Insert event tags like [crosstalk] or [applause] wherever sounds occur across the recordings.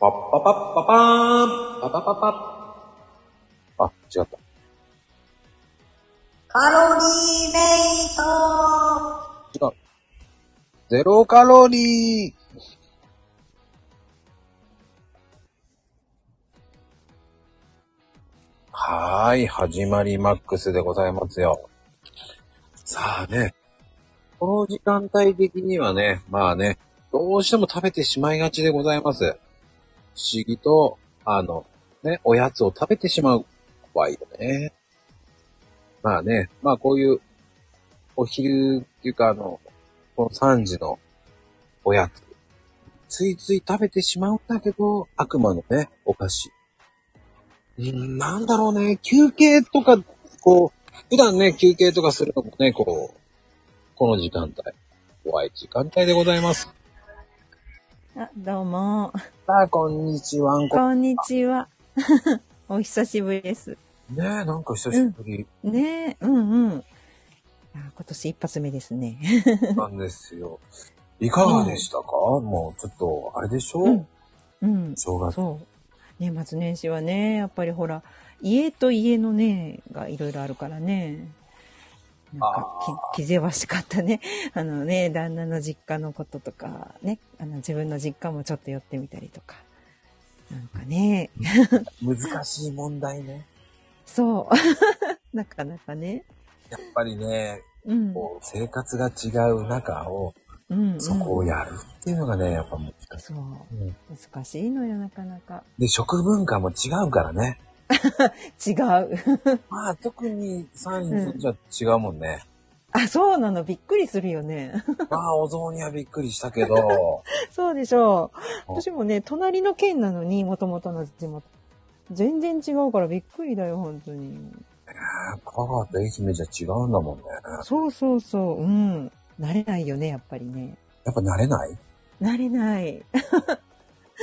パッパパッパパーンパパパパあ、違った。カロリーメイト違う。ゼロカロリーはーい、始まりマックスでございますよ。さあね、この時間帯的にはね、まあね、どうしても食べてしまいがちでございます。不思議と、あの、ね、おやつを食べてしまう。怖いよね。まあね、まあこういう、お昼っていうかあの、この3時のおやつ。ついつい食べてしまうんだけど、悪魔のね、お菓子。うーん、なんだろうね、休憩とか、こう、普段ね、休憩とかするのもね、こう、この時間帯。怖い時間帯でございます。あ、どうも。さあ、こんにちは、んこ。こんにちは。 [laughs] お久しぶりです。ねえ、なんか久しぶりねえ、うんうん。あ今年一発目ですね。 [laughs] なんですよ。いかがでしたか、もう、ちょっと、あれでしょ、うんうん。正月。そう。年末年始はね、やっぱりほら、家と家のね、がいろいろあるからね。なんかき、気ぜわしかったね。 [laughs] あのね、旦那の実家のこととか、ね、あの自分の実家もちょっと寄ってみたりとか。なんかね、難しい問題ね。そう。 [laughs] なかなかね。やっぱりね、うん。こう生活が違う中を、うん、うん。そこをやるっていうのがね、やっぱ難しい。そう。うん難しいのよ、なかなか。で、食文化も違うからね。違う。 [laughs] まあ、特に3位じゃ違うもんね。あ、そうなの。びっくりするよね。 [laughs] まあ、お雑煮はびっくりしたけど、そうでしょう。私もね、隣の県なのに、もともとの地元。全然違うからびっくりだよ、本当に。香川と愛媛じゃ違うんだもんね。そうそうそう。うん。慣れないよね、やっぱりね。やっぱ慣れない慣れない。 [laughs]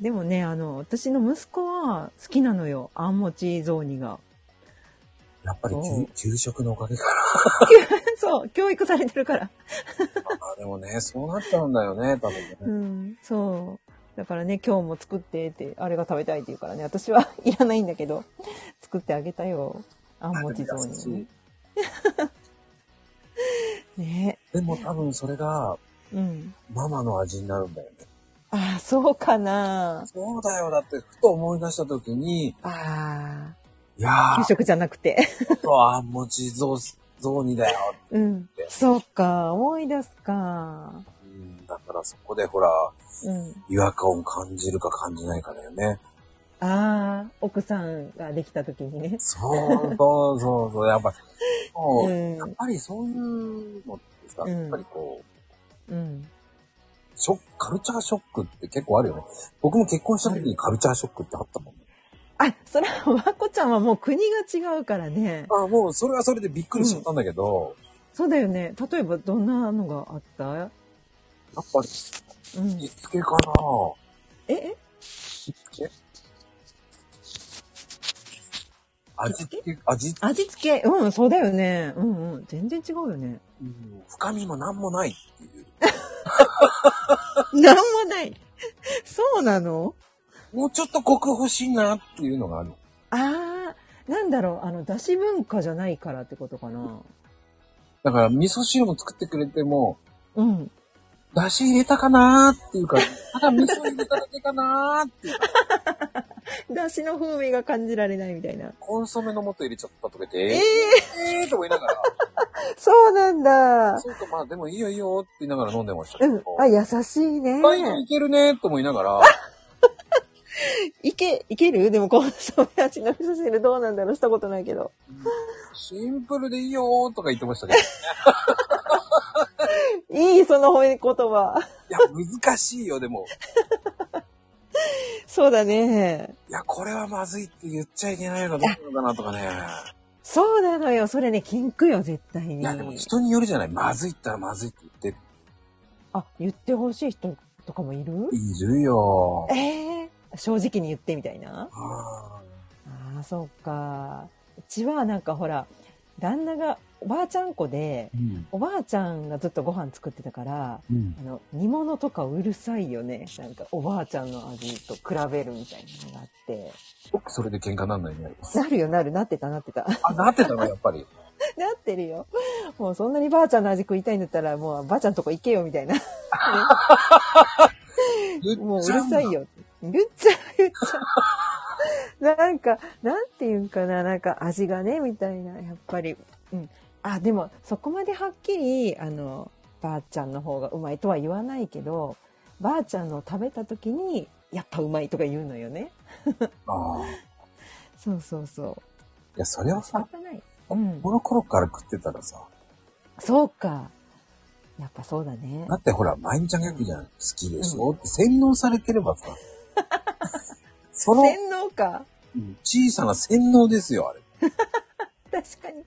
でもね、あの、私の息子は好きなのよ。あんもち雑煮が。 [laughs] やっぱりそう給給食のおかげかそう、教育されてるから。な。まあ、でもね、そうなっちゃうんだよね、多分ね。うん、そう。だからね、今日も作ってって、あれが食べたいって言うからね、私は [laughs] いらないんだけど、作ってあげたよ。あんもち雑優し煮いね。 [laughs] ねでも多分それが、うん。ママの味になるんだよね。ああ、そうかな。そうだよ。だって、ふと思い出した時に、あいやあ、給ー、ち食じゃなくて。 [laughs] ょっとあんもち雑 [laughs] 煮だよ。うん。そうか、思い出すか。うんだからそこでほら、うん。違和感を感じるか感じないかだよね。ああ、奥さんができた時にね。そうそうそう [laughs] そう、やっぱり、もううんやっぱりそういうのってさ、うんやっぱりこう、うん。ショック、カルチャーショックって結構あるよね。僕も結婚した時にカルチャーショックってあったもん、ね。あ、それは、わこちゃんはもう国が違うからね。あもうそれはそれでびっくりしちゃったんだけど、そうだよね。例えば、どんなのがあったやっぱり、うんし。つけかなえ、えしつけ味付け、味付け、味付け、うん、そうだよね。うんうん。全然違うよ [laughs] ね。うん深みもなんもないっていう。なんもない。そうなのもうちょっとコク欲しいなっていうのがある。あー、なんだろう、あの、だし文化じゃないからってことかな。だから、味噌汁も作ってくれても、うん。出汁入れたかなーっていうか、ただ味噌入れただけかなーっていうか、だしの風味が感じられないみたいな。コンソメの素入れちゃったとか言って、ええー、えーとか言いながら、ー、そうなんだ。そうか、まあでもいいよいいよって言いながら飲んでましたけうど、ん。あ、優しいね。意外といけるねーと思いながら、いけ、いけるでも、こう、そういう味の味噌汁どうなんだろうしたことないけど。シンプルでいいよーとか言ってましたけど、いいい、その褒め言葉。や、難しいよ、でも。そうだね。いや、これはまずいって言っちゃいけないのかどうなのかなとかね。そうなのよ。それね、キンクよ、絶対に。いや、でも人によるじゃない。まずいったらまずいって言って、あ、言ってほしい人とかもいるいるよー。ええ正直に言ってみたいな。あーああ、そうか。うちはなんかほら、旦那がおばあちゃん子で、うん。おばあちゃんがずっとご飯作ってたから、うん。あの、煮物とかうるさいよね。なんか、おばあちゃんの味と比べるみたいなのがあって。僕それで喧嘩なんないね。なるよ、なる。なってた、なってた。 [laughs] なあ、なってたな、やっぱり。ってるよ。もうそんなにばあちゃんの味食いたいんだったら、もうばあちゃんのとこ行けよ、みたいな。もううるさい。よ。言っちゃう、言っちゃう。なんか、なんていうんかな、なんか味がね、みたいな、やっぱり。うん。あ、でも、そこまではっきり、あの、ばあちゃんの方がうまいとは言わないけど、ばあちゃんの食べた時に、やっぱうまいとか言うのよね。ああ。いそうそうそ。や、そうれはさ、仕方ない。うん。この頃から食ってたらさ、そうか。やっぱそうだねだ。ってほら、毎日ちゃんが言うじゃん。好きでしょ、って洗脳されてればさ、その洗脳か。うん小さな洗脳ですよ、あれ。確かに。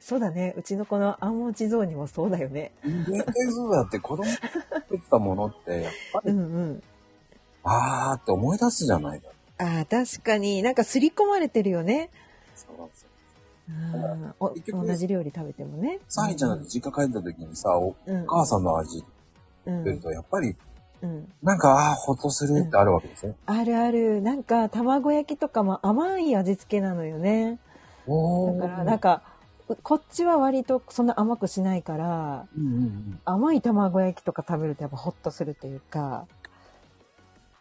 そうだね。うちのこのアンモ地蔵にもそうだよね。絶対そうだって子供が作ったものって、やっぱうり、んうん。あーって思い出すじゃないの。ああ、確かに。なんか刷り込まれてるよね。そうなんですようんお結局同じ料理食べてもね。サイちゃんが実家帰った時にさ、おうん。母さんの味うん出ると、やっぱり、うん。なんか、ああ、ほっとするってあるわけですね。あるある。なんか、卵焼きとかも甘い味付けなのよね。だおーから、なんか、こっちは割とそんな甘くしないから、うんうんうん。甘い卵焼きとか食べるとやっぱホッとするというか。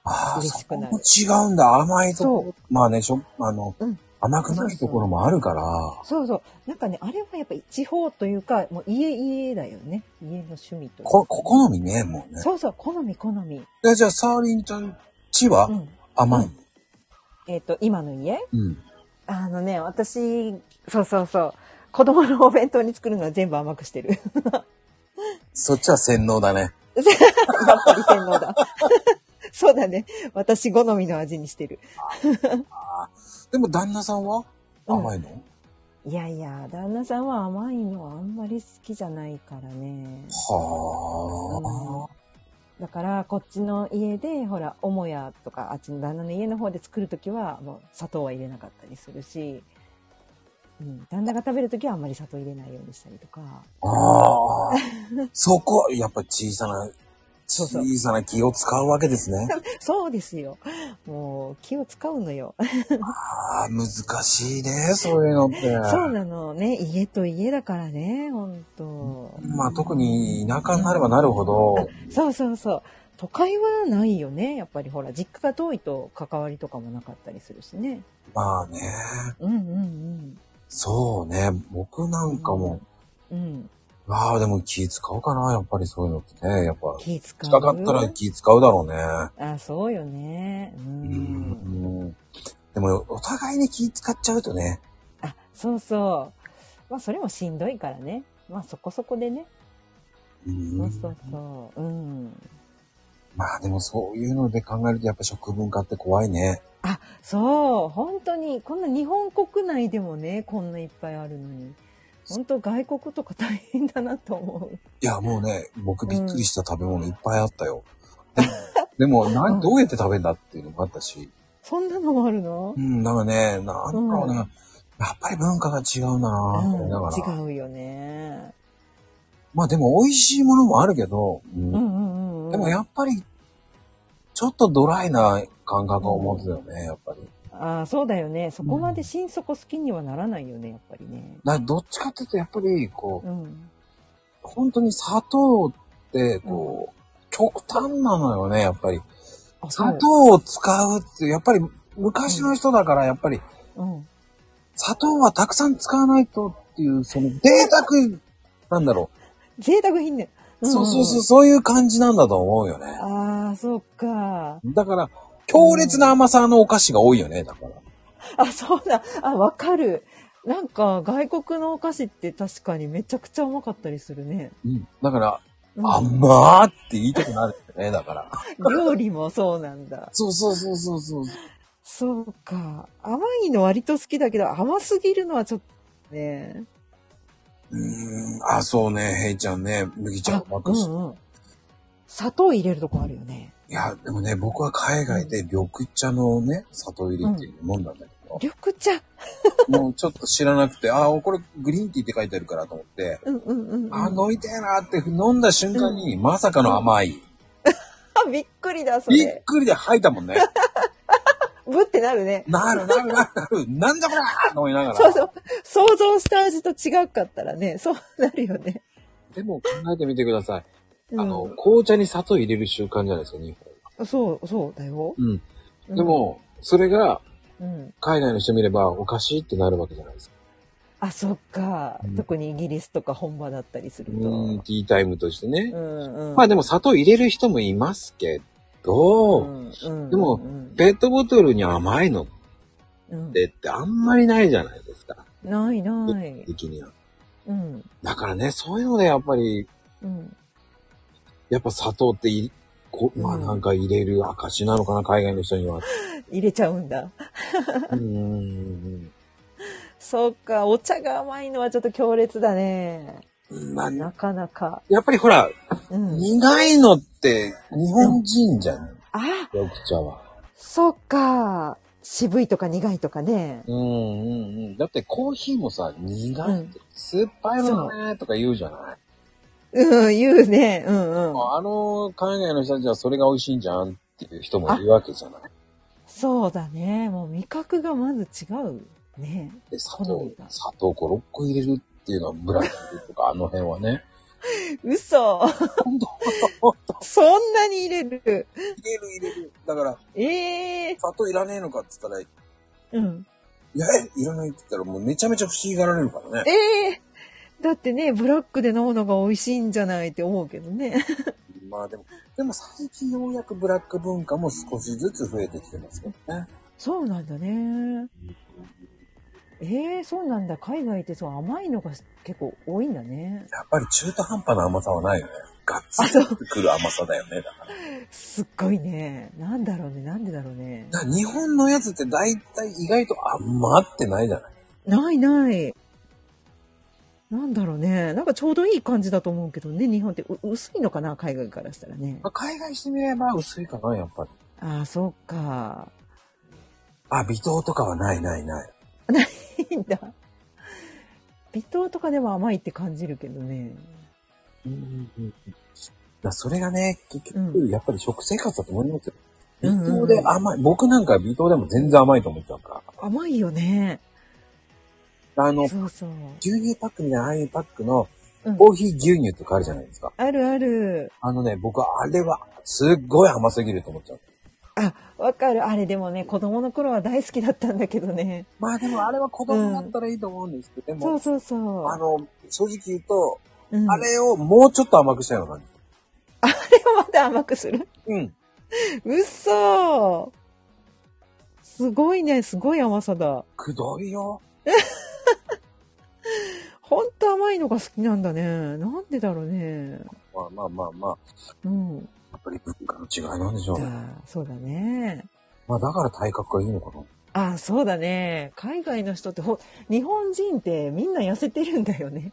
ああ、嬉そしくこなもる違うんだ。甘いとそこ。まあね、しょ、あの、うん甘くないところもあるから。そうそう。なんかね、あれはやっぱ地方というか、もう家、家だよね。家の趣味というかこ、こ好みね、もうね。そうそう、好み、好み。でじゃあ、サーリンちゃんちはうん。甘い。えっ、と、今の家うん。あのね、私、そうそうそう。子供のお弁当に作るのは全部甘くしてる。 [laughs] そっちは洗脳だね。やっぱり洗脳だ。 [laughs] そうだね。私好みの味にしてる。でも、旦那さんはうん甘いの、いやいや、旦那さんは甘いのあんまり好きじゃないからね。はだから、こっちの家で、ほら、母屋とか、あっちの旦那の家の方で作るときは、もう砂糖は入れなかったりするし、うん、旦那が食べるときはあんまり砂糖入れないようにしたりとか。あ。ああ。 [laughs] そこ、やっぱ小さな、そうそう小さな気を使うわけですね。そうですよ。もう、気を使うのよ。ああ、難しいね、そういうのって。そうなのね。家と家だからね、ほんと。まあ、特に田舎になればなるほど、そうそうそう。都会はないよね。やっぱりほら、実家が遠いと関わりとかもなかったりするしね。まあね、うんうんそうね、僕なんかも、うん。うん。ああ、でも気使うかな、やっぱりそういうのってね、やっぱ。気使う。近かったら気使うだろうね。あ、そうよね。う。うんん。でも、お互いに気使っちゃうとね、あ、そうそう。まあ、それもしんどいからね。まあ、そこそこでね。う、そうんそうそう。うん。まあでもそういうので考えるとやっぱ食文化って怖いね。あ、そう。本当に、こんな日本国内でもね、こんないっぱいあるのに。本当外国とか大変だなと思う。いや、もうね、僕びっくりした食べ物いっぱいあったよ。で [laughs] も、でもなんどうやって食べんだっていうのもあったし。そんなのもあるのう、ん、なんかね、なんだろうね、うんやっぱり文化が違うんだなぁ、と思いながら。違うよね。まあでも美味しいものもあるけど、うんうんうんうん。でもやっぱり、ちょっとドライな感覚を持つよね、やっぱり。ああ、そうだよね。そこまで心底好きにはならないよね、やっぱりね。だからどっちかっていうと、やっぱり、こう、うん。本当に砂糖って、こう、極端なのよね、やっぱり。あ、そ砂う。糖を使うって、やっぱり昔の人だから、やっぱりうん。砂糖はたくさん使わないとっていう、その贅沢、なんだろ贅沢品ね。う。そうそうそう、んそういう感じなんだと思うよね。ああ、そうか。だから、強烈な甘さのお菓子が多いよね、だから。あ、そうだ。あ、わかる。なんか、外国のお菓子って確かにめちゃくちゃ甘かったりするね。うん。だから、うん甘ーって言いたくなるよね、だから。 [laughs] 料理もそうなんだ。そうそうそうそうそう。そうか。甘いの割と好きだけど、甘すぎるのはちょっとね。うーん、あ、そうね、ヘイちゃんね、麦ちゃんうまうくし、んうん。砂糖入れるとこあるよね。いや、でもね、僕は海外で緑茶のね、砂糖入りっていうの飲んだんだけど、ど、緑茶もうちょっと知らなくて、 [laughs] ああ、これグリーンティーって書いてあるからと思って、うんうんうんうん。あー飲みたいなーって飲んだ瞬間に、まさかの甘い。あびっくりだ、そびっれ。くりで吐いたもんね。 [laughs] ぶってなるね。なるなるなるなる。なんだこれーと思いながら。そうそう。想像した味と違うかったらね、そうなるよね。でも考えてみてください。うん、あの、紅茶に砂糖入れる習慣じゃないですか、日そう、そうだよ。本。ううんん。で、も、それがうん。海外の人見ればおかしいってなるわけじゃないですか。あ、そっか、うん特にイギリスとか本場だったりすると。ううん、ん、ティータイムとしてね。うん。まあでも砂糖入れる人もいますけうど、ん、うん、でもうんペットボトルに甘いのっうん、てってあんまりないじゃないですか。ないない。的には。うん、だからね、そういうのでやっぱり、うん。やっぱ砂糖っていこまあうんなんか入れる証なのかな、海外の人には。入れちゃうんだ。うんうんうんそっか、お茶が甘いのはちょっと強烈だね。うん。まあ、なかなか。やっぱりほら、うん。苦いのって日本人じゃん、あ、緑茶は。そっか。渋いとか苦いとかね。うんうんうん。だってコーヒーもさ、苦い、うん酸っぱいもんねとか言うじゃないうん、言うね。うんうん。あの、海外の人たちはそれが美味しいんじゃんっていう人もいるわけじゃないそうだね。もう味覚がまず違うね。で砂好糖みが、砂糖5、6個入れるっていうのはブラジルとかあの辺はね。嘘本当本当そんなに入れる。入れる入れる。だから、ええ砂糖いらねえのかって言ったら、いうん。や、えいらないって言ったらもうめちゃめちゃ不思議がられるからえね。えだってね、ブラックで飲むのが美味しいんじゃないって思うけどね。まあでも、でも最近ようやくブラック文化も少しずつ増えてきてますけどね。そうなんだね。ええそうなんだ。海外ってそう甘いのが結構多いんだね。やっぱり中途半端な甘さはないよね。ガッツリくる甘さだよね。だから。すっごいね。なんだろうね。なんでだろうね。だから日本のやつって大体意外と甘ってないじゃないないない。なんだろうね。なんかちょうどいい感じだと思うけどね。日本ってう薄いのかな海外からしたらねま。あ海外してみれば薄いかな、やっぱり。ああ、そうか。あ、微糖とかはないないない。いいんだ。微糖とかでも甘いって感じるけどね。うんうんうんだそれがね、結う局、やっぱり食生活だと思いますよ。う微んうんう糖んで甘い。僕なんか微糖でも全然甘いと思っちゃうか甘いよね。ら。あの、そうそう。牛乳パックみたいな、ああいうパックのうん、コーヒー牛乳とかあるじゃないですか。あるある。あのね、僕はあれは、すっごい甘すぎると思っちゃう。あ、わかる。あれでもね、子供の頃は大好きだったんだけどね。まあでもあれは子供だったらいいと思うんですけど、でそうも、そうそう。あの、正直言うと、うん、あれをもうちょっと甘くしたような感まだ甘くする。じ。うん。嘘すごいね。すごい甘さだ。くどいよ。ほんと甘いのが好きなんだね。なんでだろうね。まあまあまあまあ、うん。やっぱり文化の違いなんでしょうね。あーそうだね。まあだから体格がいいのかな。あーそうだね。海外の人ってほ、日本人ってみんな痩せてるんだよね。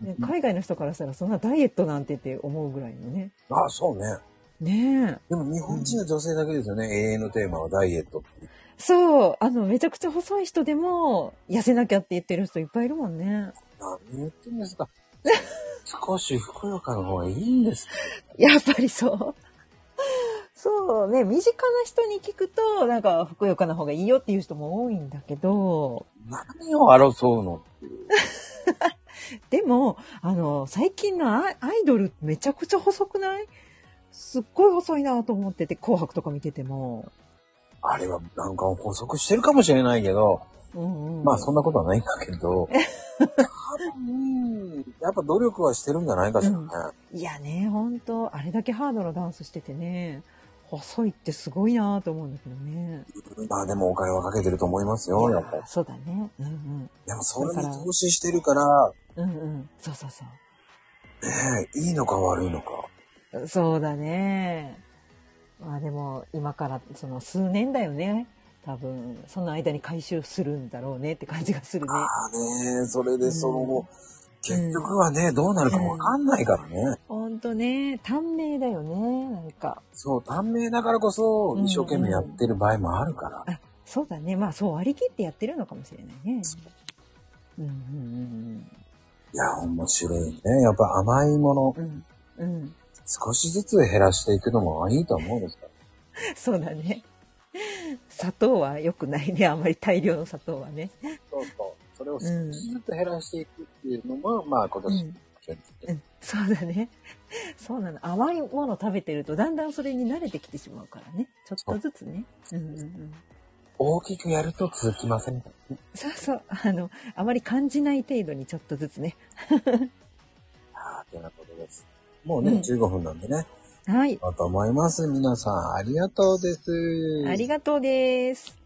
ねうん海外の人からしたらそんなダイエットなんてって思うぐらいのね。ああ、そうね。ねでも日本人の女性だけですよね。永遠のテーマはダイエットって。え。そう。あの、めちゃくちゃ細い人でも痩せなきゃって言ってる人いっぱいいるもんね。何言ってんですか。少しふくよかの方がいいんですか。やっぱりそう。 [laughs] そうね。身近な人に聞くと、なんか、ふくよかな方がいいよっていう人も多いんだけど、何を争うのでも、あの、最近のアイアイドルめちゃくちゃ細くないすっごい細いなと思ってて、紅白とか見てても。あれはなんか補足してるかもしれないけど、うんうん。まあそんなことはないんだけど、多分、やっぱ努力はしてるんじゃないかしらね。いやね、本当あれだけハードなダンスしててね、細いってすごいなと思うんだけどね。まあでもお金はかけてると思いますよ、やっぱり。そうだね。うんでもそれに投資してるから、うん。うんうん。そうそうそう。ねえ、いいのか悪いのか。そうだね。まあでも、今から、その数年だよね。多分、その間に回収するんだろうねって感じがするね。ああね、それうでんその、結局はね、どうなるかわかんないからね。ほんとね、短命だよね、なんか。そう、短命だからこそ、うん一生懸命やってる場合もあるから。そうだね。まあそう割り切ってやってるのかもしれないね。うんうんいや、面白いね。やっぱ甘いもの、うんうん。うんうん。少しずつ減らしていくのもいいと思うんですから。そうだね。 [laughs] 砂糖は良くないね。あんまり大量の砂糖はね。そうそう。それを少しずつ減らしていくっていうのも、まあ今う年のん。件うでん。そうだね。 [laughs] そうなの。甘いもの食べてるとだんだんそれに慣れてきてしまうからね。ちょっとずつね。うんうんうん。大きくやると続きません。そうそう。あの、あまり感じない程度にちょっとずつね。ああ、てなことです。もうね、うん15分なんでね。はい。だと思います。皆さん、ありがとうです。ありがとうです。